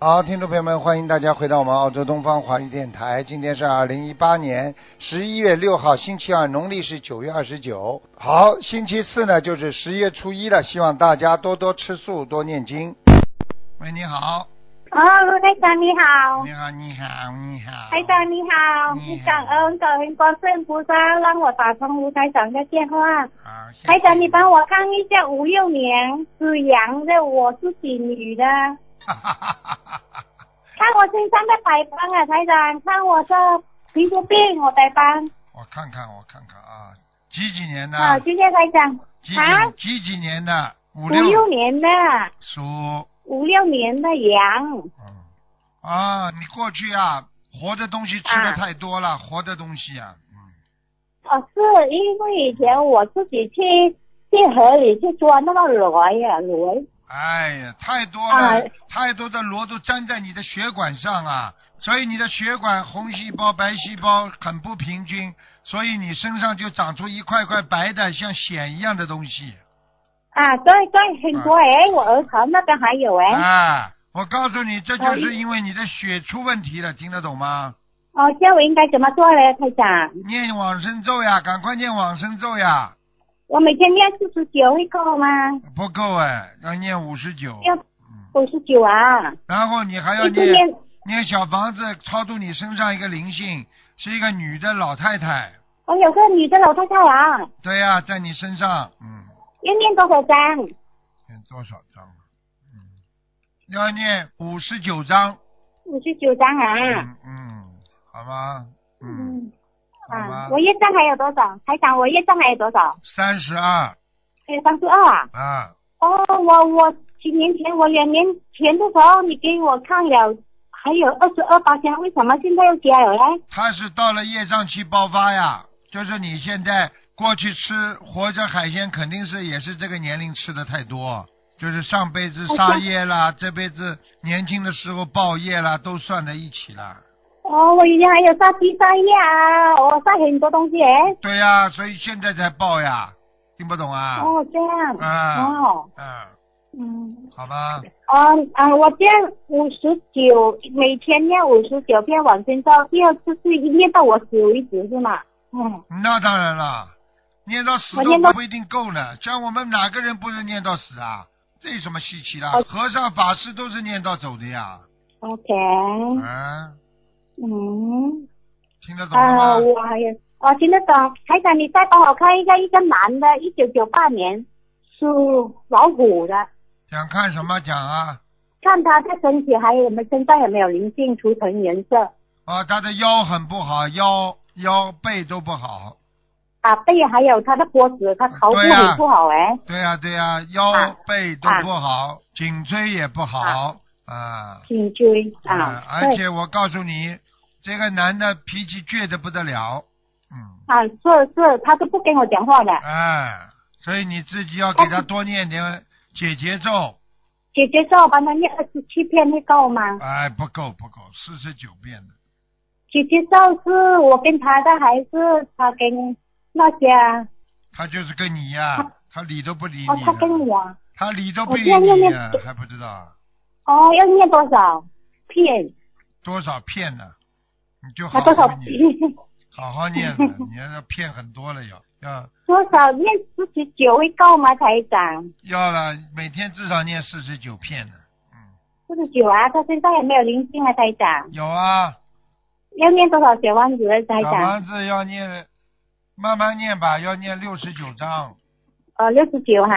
好，听众朋友们，欢迎大家回到我们澳洲东方华语电台。今天是二零一八年十一月六号，星期二，农历是九月二十九。好，星期四呢就是十月初一了，希望大家多多吃素，多念经。喂，你好，哦，卢台长你好你，好，你好，你好，台长你好，你你好感恩感恩观世音菩萨让我打通卢台长的电话。好，谢谢台长，你帮我看一下五六年属羊的，我自己女的，哈哈哈哈哈哈看我身上的白斑啊，台长，看我的皮肤病，我白斑。 我看看，我看看啊，几几年的？好，谢谢台长。几啊几几几年的？五五六六年的，属，五六年的羊，嗯，啊，你过去啊，活的东西吃的啊太多了，活的东西啊，嗯。哦，是因为以前我自己去去河里去抓那个螺呀、螺。哎呀，太多了，啊太多的螺都粘在你的血管上啊，所以你的血管红细胞、白细胞很不平均，所以你身上就长出一块块白的像癣一样的东西。啊，对对，很多哎、我儿童那个还有哎、啊，我告诉你，这就哎是因为你的血出问题了，听得懂吗？哦，叫我应该怎么做呢，台长？念往生咒呀，赶快念往生咒呀，我每天念四十九会够吗？不够哎，要念五十九，要五十九啊，然后你还要一直念念小房子超度你身上一个灵性，是一个女的老太太。我哦有个女的老太太啊，对呀、在你身上，嗯，要念多少章？念多少张啊？嗯，要念五十九张。五十九章啊。嗯嗯，好吗？嗯，嗯。好吗啊，我？业障还有多少？台长，我业障还有多少？三十二还有三十二啊。啊，哦，我我几年前，我两年前的时候，你给我看了，还有二十二包厢，为什么现在又加了呢？他是到了业障期爆发呀，就是你现在过去吃活着海鲜，肯定是也是这个年龄吃的太多。就是上辈子杀业啦，这辈子年轻的时候报业啦，都算在一起了。哦，我以前还有杀鸡杀鸭啊，我杀很多东西哎。对呀、所以现在才报呀，听不懂啊？哦，这样。啊哦，嗯，嗯，好吧，啊啊，我这样五十九，每天念五十九遍往生咒，第二次是念到我死为止是吗？嗯，那当然了，念到死我都念到不一定够呢。像我们哪个人不是念到死啊？这有什么稀奇的哦？和尚法师都是念到走的呀。 ，OK，嗯，嗯，听得懂了吗？啊，我还有，哦，听得懂，台长，你再帮我看一下一个男的，一九九八年属老虎的，想看什么讲啊？看他的身体还有没有身上有没有灵性，图腾颜色啊，他的腰很不好，腰腰背都不好。啊，背还有他的脖子，他头部对啊很不好哎、对呀、对呀、腰啊背都不好，颈椎也不好啊。颈椎啊啊，，而对。且我告诉你，这个男的脾气倔得不得了，嗯，啊，是是，他都不跟我讲话的。哎，所以你自己要给他多念点解节奏，姐姐说我帮他念二十七遍会够吗？哎，不够不够，四十九遍的，姐姐说是我跟他的，还是他跟那些啊？他就是跟你呀、他理都不理你啊哦，他跟的，我。他理都不我理现在你念呀，还不知道啊哦，要念多少片？多少骗呢？你就他好多少哦好片？念，好好念 了，你要是骗很多了要要多少念四十九会够吗？台长，要了，每天至少念四十九片呢，嗯，四十九啊，他身上有没有灵性啊？台长，有啊。要念多少小王子啊？台小长，房子要念，慢慢念吧，要念六十九章。哦，六十九哈。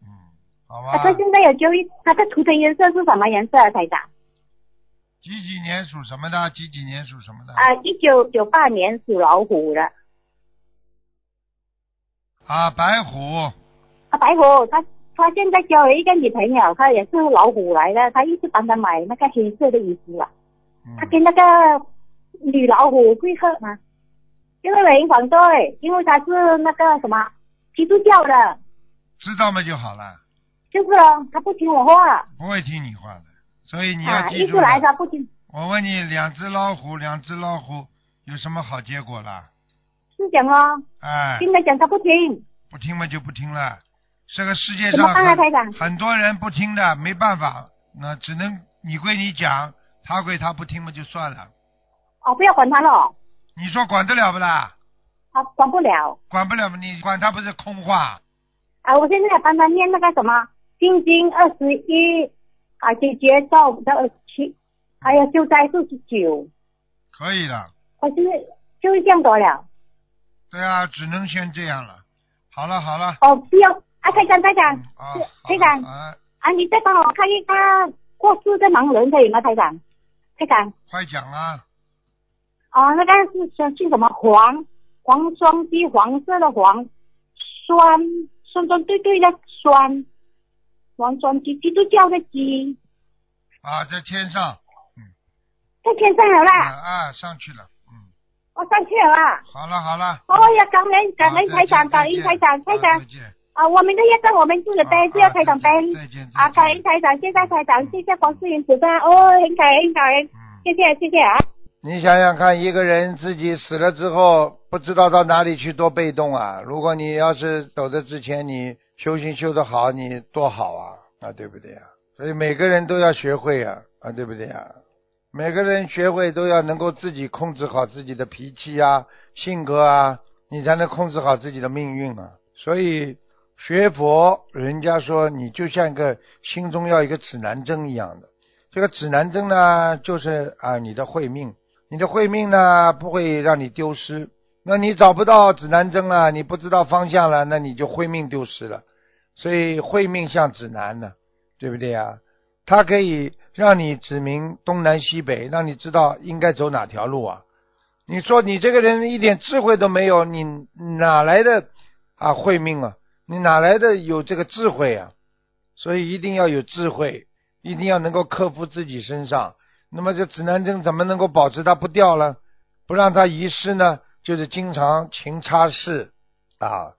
嗯，好啊吧。他现在有纠一，他的图腾颜色是什么颜色啊？台长？几几年属什么的？几几年属什么的？啊，一九九八年属老虎的。啊，白虎。啊，白虎，他他现在交了一个女朋友，他也是老虎来的，他一直帮他买那个黑色的衣服啊。嗯他跟那个女老虎会合吗？因为人反对，因为他是那个什么基督教的，知道嘛就好了，就是哦，他不听我话不会听你话的。所以你要啊，记一住直了。来他不听，我问你，两只老虎，两只老虎有什么好结果啦？是讲哦，哎，听他讲他不听，不听嘛就不听了。这个世界怎上么办啊，很台长？很多人不听的，没办法，那只能你归你讲，他归他不听嘛就算了。哦，不要管他了，你说管得了不啦？啊，管不了。管不了嘛，你管他不是空话。啊，我现在帮他念那个什么心经二十一，啊，解决到五到二十七，还有救灾四十九，可以了，我现在就是这样多了。对啊，只能先这样了。好了好了，哦，不要，啊，台长，台长嗯，啊，台长好，了啊，啊，你再帮我看一看过世的盲人可以吗，台长？台长，快讲啊！哦，那个是姓姓什么黄？黄双鸡，黄色的黄，酸酸酸对对的酸，黄双鸡，基督教的鸡，啊，在天上，在天上了啊啦，啊，上去了，嗯，我上去了啊啦。好了好了。哦呀，感恩感恩啊台长，感恩台长，台再长见啊，我们的业障我们自己再见啊背，不要台长背再见再见啊，感恩台长，谢谢台长，谢谢黄世云主办，哦，很感恩感恩，嗯，谢谢谢谢啊。你想想看，一个人自己死了之后，不知道到哪里去，多被动啊！如果你要是走的之前，你修行修得好，你多好啊，啊，对不对啊？所以每个人都要学会啊，啊，对不对啊？每个人学会都要能够自己控制好自己的脾气啊、性格啊，你才能控制好自己的命运啊。所以学佛，人家说你就像一个心中要一个指南针一样的，这个指南针呢，就是啊你的慧命，你的慧命呢不会让你丢失。那你找不到指南针了，你不知道方向了，那你就慧命丢失了。所以慧命像指南呢，对不对啊？它可以让你指明东南西北，让你知道应该走哪条路啊。你说你这个人一点智慧都没有，你哪来的啊慧命啊？你哪来的有这个智慧啊？所以一定要有智慧，一定要能够克服自己身上。那么这指南针怎么能够保持它不掉呢？不让它遗失呢？就是经常勤擦拭啊。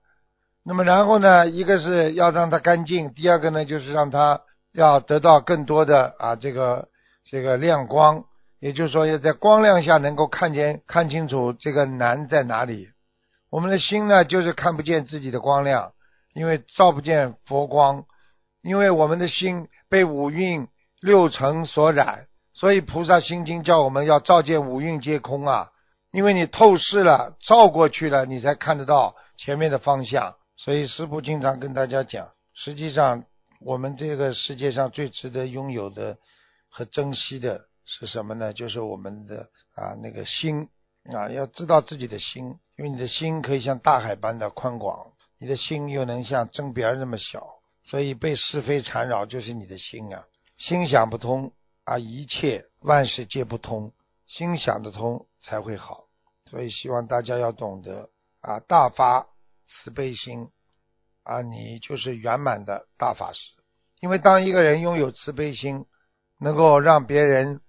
那么然后呢，一个是要让它干净，第二个呢就是让它要得到更多的啊这个这个亮光，也就是说要在光亮下能够看见看清楚这个难在哪里。我们的心呢，就是看不见自己的光亮，因为照不见佛光，因为我们的心被五蕴六尘所染，所以菩萨心经叫我们要照见五蕴皆空啊。因为你透视了，照过去了，你才看得到前面的方向。所以师父经常跟大家讲，实际上我们这个世界上最值得拥有的和珍惜的是什么呢？就是我们的啊那个心啊，要知道自己的心，因为你的心可以像大海般的宽广，你的心又能像针别儿那么小，所以被是非缠绕就是你的心啊。心想不通啊，一切万事皆不通，心想得通才会好。所以希望大家要懂得啊，大发慈悲心啊，你就是圆满的大法师。因为当一个人拥有慈悲心，能够让别人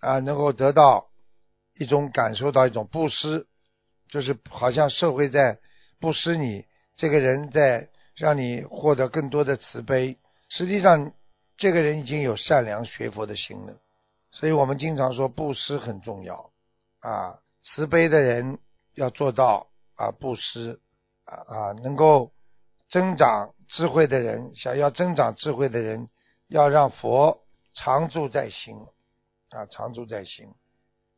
啊能够得到一种感受到一种布施，就是好像社会在布施你，这个人在让你获得更多的慈悲。实际上，这个人已经有善良学佛的心了。所以我们经常说布施很重要啊，慈悲的人要做到啊布施啊啊，能够增长智慧的人，想要增长智慧的人，要让佛常住在心啊，常住在心。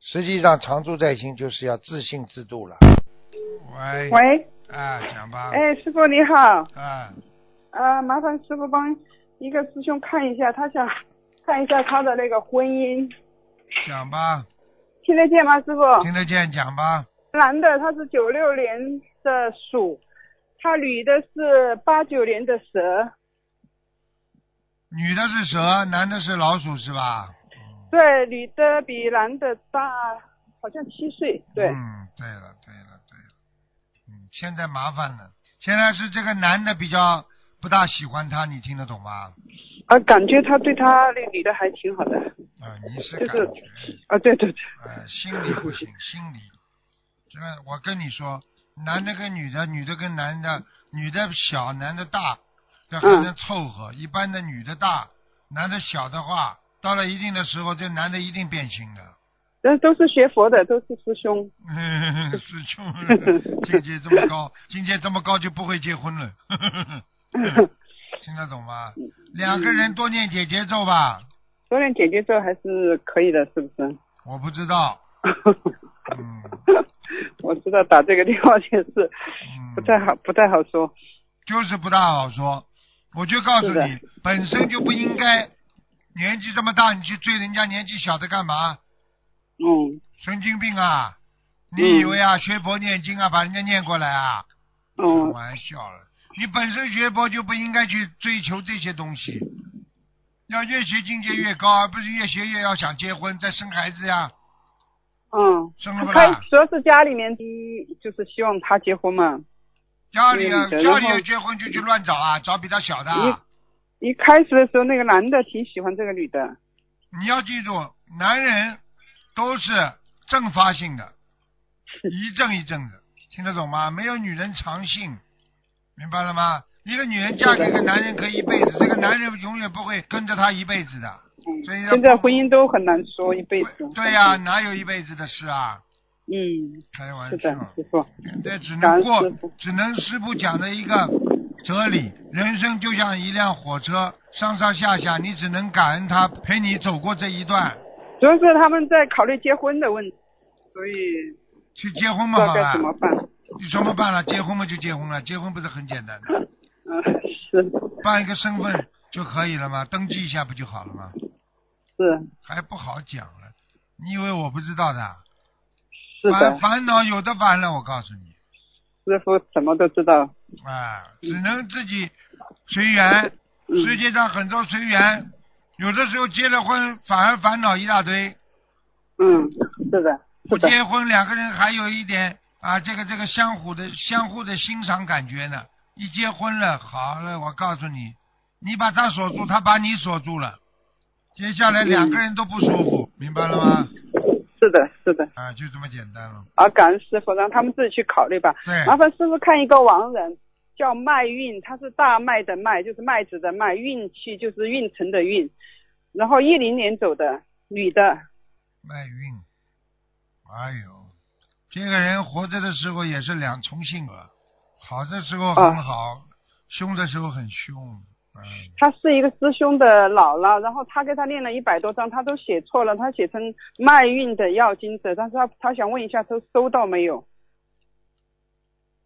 实际上，常住在心就是要自信自度了。喂，喂，啊，讲吧，哎，师傅你好，啊，呃，麻烦师傅帮一个师兄看一下，他想 看一下他的那个婚姻，讲吧，听得见吗，师傅？听得见，讲吧。男的他是九六年的鼠，他女的是八九年的蛇，女的是蛇，男的是老鼠，是吧？对，女的比男的大，好像七岁，对，嗯，对了，对了，对了。嗯，现在麻烦了，现在是这个男的比较不大喜欢她，你听得懂吗？啊，感觉他对他那女的还挺好的，啊、你是就感是觉，啊，对对对，呃，心里不 行，心里。这个我跟你说，男的跟女的，女的跟男的，女的小，男的大，这还能凑合。嗯一般的女的大，男的小的话，到了一定的时候，这男的一定变心的。 但都是学佛的，都是师兄， 师兄，境界这么 高，境界这么高就不会结婚了。嗯嗯听得懂吗？两个人多念姐姐咒吧，昨天解决之后还是可以的，是不是？我不知道，嗯 我知道打这个电话就是不嗯，太好，不太好说。就是不大好说。我就告诉是的你，本身就不应该，年纪这么大你去追人家年纪小的干嘛？嗯神经病啊！嗯你以为啊，学佛念经啊，把人家念过来啊？开嗯玩笑了，你本身学佛就不应该去追求这些东西，要越学境界越高，而不是越学越要想结婚再生孩子呀，嗯，生了不他啦？主要是家里面第一就是希望他结婚嘛。家里啊，嗯对家里然后要结婚就去乱找啊，找比他小的啊。嗯一开始的时候，那个男的挺喜欢这个女的。你要记住，男人都是阵发性 的，一阵一阵的，听得懂吗？没有女人长性，明白了吗？一个女人嫁给一个男人可以一辈子，这个男人永远不会跟着她一辈子的。嗯所以要现在婚姻都很难说一辈子。对呀、哪有一辈子的事啊？嗯，开玩是笑的，，师傅。这只感能恩过师父，只能师傅讲的一个哲理。人生就像一辆火车，上上下下，你只能感恩他陪你走过这一段。主要是他们在考虑结婚的问题，所以去结婚不嘛，知道好该怎么了，办。你什么办了？结婚嘛就结婚了，结婚不是很简单的，嗯，是办一个身份就可以了嘛，登记一下不就好了吗？是还不好讲了，你以为我不知道的啊？是烦的，烦恼有的烦了，我告诉你。师傅什么都知道。啊，只能自己随缘。嗯世界上很多随缘，有的时候结了婚反而烦恼一大堆，嗯，是的，不是的，结婚两个人还有一点啊，这个这个相互的相互的欣赏感觉呢。一结婚了，好了，我告诉你，你把他锁嗯住，他把你锁住了，接下来两个人都不舒服，明白了吗？是的，是的。啊，就这么简单了。啊，感恩师傅，让他们自己去考虑吧。对，麻烦师傅看一个亡人，叫麦运，他是大麦的麦，就是麦子的麦，运气就是运城的运，然后一零年走的，女的，卖运，哎呦，这个人活着的时候也是两重性格，好的时候很好，凶的时候很凶。嗯，她是一个师兄的姥姥，然后他给他念了一百多张，他都写错了，他写成卖运的要经者，但是他他想问一下收收到没有？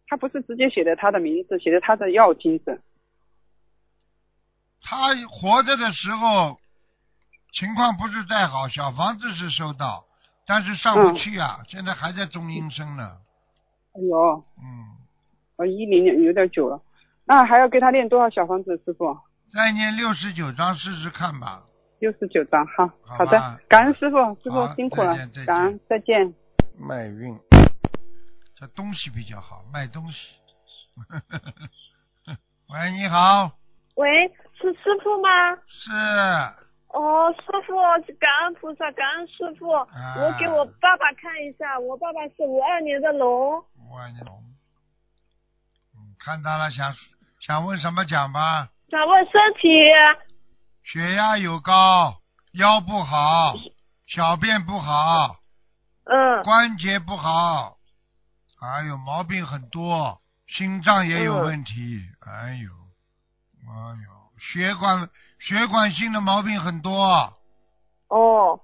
他不是直接写的他的名字，写的他的要经者，他活着的时候情况不是再好，小房子是收到，但是上不去啊，现在还在中阴身呢。哎呦，嗯，我哦一零年有点久了，那还要给他念多少小房子，师傅？再念六十九章试试看吧。六十九张，好，好好的吧，感恩师傅，师傅好辛苦再了见再见，感恩，再见。卖运，这东西比较好，卖东西。 喂，你好，喂，是师傅吗？是哦，师傅，感恩菩萨，感恩师傅。啊我给我爸爸看一下，我爸爸是五二年的龙。五二年龙，嗯，看到了，想想问什么讲吧？想问身体血压有高，腰不好，小便不好，嗯关节不好，哎呦，毛病很多，心脏也有问题，哎呦，哎呦，血管血管性的毛病很多，哦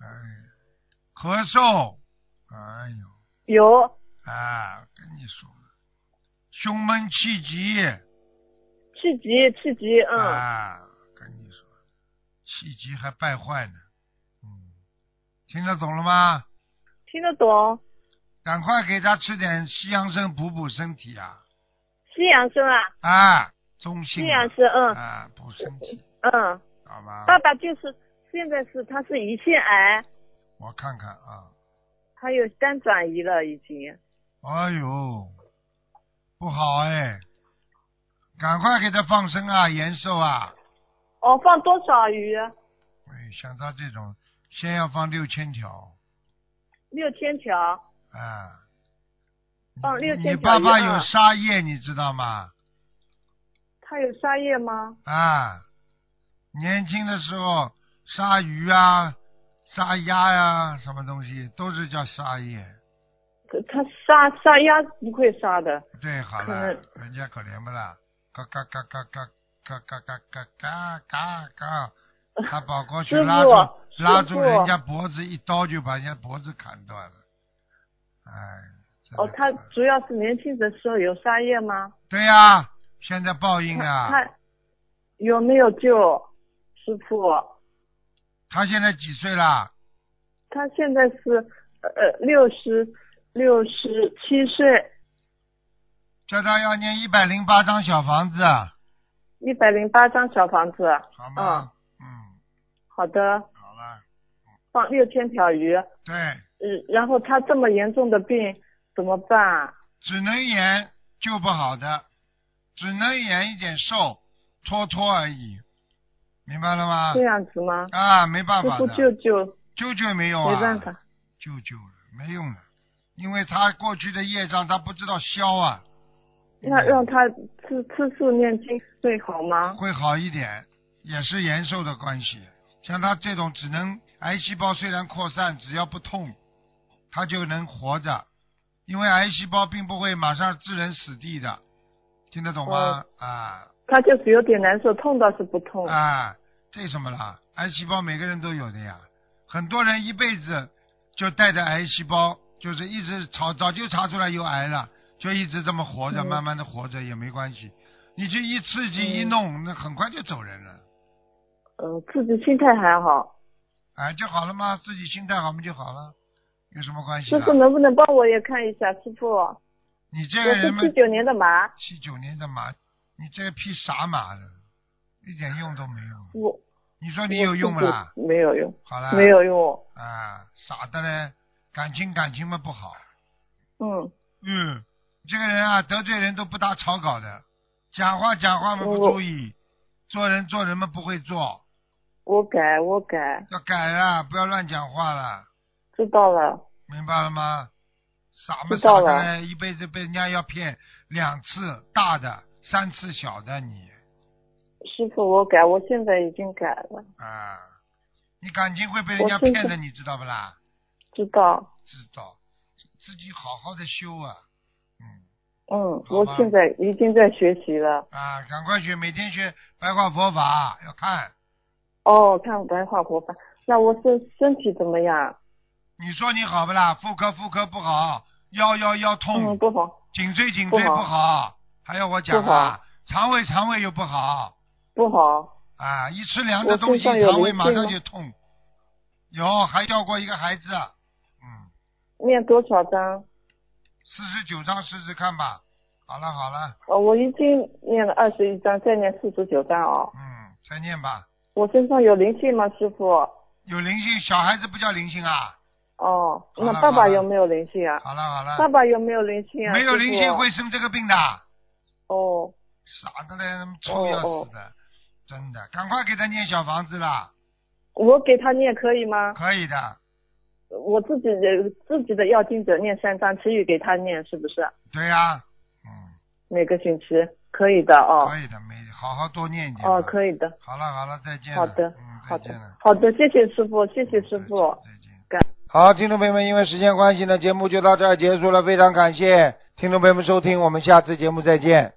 哎，咳嗽，哎呦，有啊，跟你说了，胸闷气急，气急气急嗯、啊，跟你说，气急还败坏呢，嗯，听得懂了吗？听得懂赶快给他吃点西洋参补补身体啊！西洋参啊啊，中性西啊洋参嗯啊，补身体，嗯，好吗？爸爸就是现在是他是胰腺癌，我看看啊，他有肝转移了已经。哎呦，不好哎，赶快给他放生啊，延寿啊！哦，放多少鱼？啊哎，像他这种，先要放六千条六千条。啊。放你6000你条爸爸鱼啊有沙叶，你知道吗？他有沙叶吗？啊，年轻的时候，杀鱼啊、杀鸭呀、什么东西都是叫杀业。他杀杀鸭不会杀的。对，好可了能，人家可怜不啦？嘎嘎嘎嘎嘎嘎嘎嘎嘎嘎嘎嘎他跑过去师拉傅住拉师住傅人家脖子，一刀就把人家脖子砍断了。哎，真的哦，他主要是年轻的时候有杀业吗？对呀、现在报应啊！他有没有救？师傅，他现在几岁啦？他现在是呃六十六十七岁，叫他要念一百零八张小房子，好一百零八张小房子。吗？嗯，好的，好了，放六千条鱼。对，嗯，然后他这么严重的病怎么办啊？只能演救不好的，只能演一点瘦，拖拖而已，明白了吗这？样子吗？啊，没办师法傅的，救救，救救没用没啊，办法。救救了，没用了，因为他过去的业障他不知道消啊，那嗯让他吃吃素念经最好吗？会好一点，也是延寿的关系。像他这种只能癌细胞虽然扩散，只要不痛，他就能活着，因为癌细胞并不会马上置人死地的，听得懂吗？啊他就是有点难受，痛倒是不痛。啊，这什么啦？癌细胞每个人都有的呀，很多人一辈子就带着癌细胞，就是一直早早就查出来有癌了，就一直这么活着，嗯慢慢的活着也没关系。你去一刺激一弄，那很快就走人了。呃，自己心态还好。哎，就好了嘛，自己心态好不就好了？有什么关系师啊？傅能不能帮我也看一下？师傅，我你这个是人嘛七，九年的马，七九年的马，你这个匹傻马了，一点用都没有。我你说你有用啊不啦？我自己没有用，好了，没有用。啊，傻的嘞，感情感情嘛不好。嗯，嗯，这个人啊，得罪人都不搭草稿的，讲话讲话嘛不注意，做人做人嘛不会做，我改，我改，要改了，不要乱讲话了。知道了。明白了吗？傻么知傻道的了嘞，一辈子被人家要骗两次大的，三次小的你师傅，我改，我现在已经改了，啊，你感情会被人家我现骗的，在你知道不啦？知道。知道，自己好好的修啊，嗯嗯，好我吧现在已经在学习了。啊，赶快学，每天学白话佛法，要看。哦，看白话佛法。那我身身体怎么样？你说你好不啦？妇科妇科不好，腰腰腰痛，嗯，不好，颈椎颈椎不好好还要我讲不好啊？肠胃肠胃又不好，不好。啊，一吃凉我的身东西，上有肠胃灵马性上吗就痛。有，还要过一个孩子，嗯，念多少章？四十九章试试看吧。好了好了，哦，我已经念了二十一章，再念四十九章哦。嗯，再念吧。我身上有灵性吗，师傅？有灵性，小孩子不叫灵性啊。哦，好那了爸好爸了有没有灵性啊？好了好爸了，爸有没有灵性啊？没有师傅灵性会生这个病的，哦，傻的嘞，他妈臭要死的，真的，赶快给他念小房子啦，我给他念可以吗？可以的，我自己的自己的要经者念三章，其余给他念是不是？对呀、嗯，每个星期可以的哦可。以的，没好好多念一点吧。哦，可以的，好了好了，再见了。好的嗯，，好再见的了，。好的，谢谢师傅，谢谢师嗯傅。再见再见。好，听众朋友们，因为时间关系呢，节目就到这儿结束了。非常感谢听众朋友们收听，我们下次节目再见。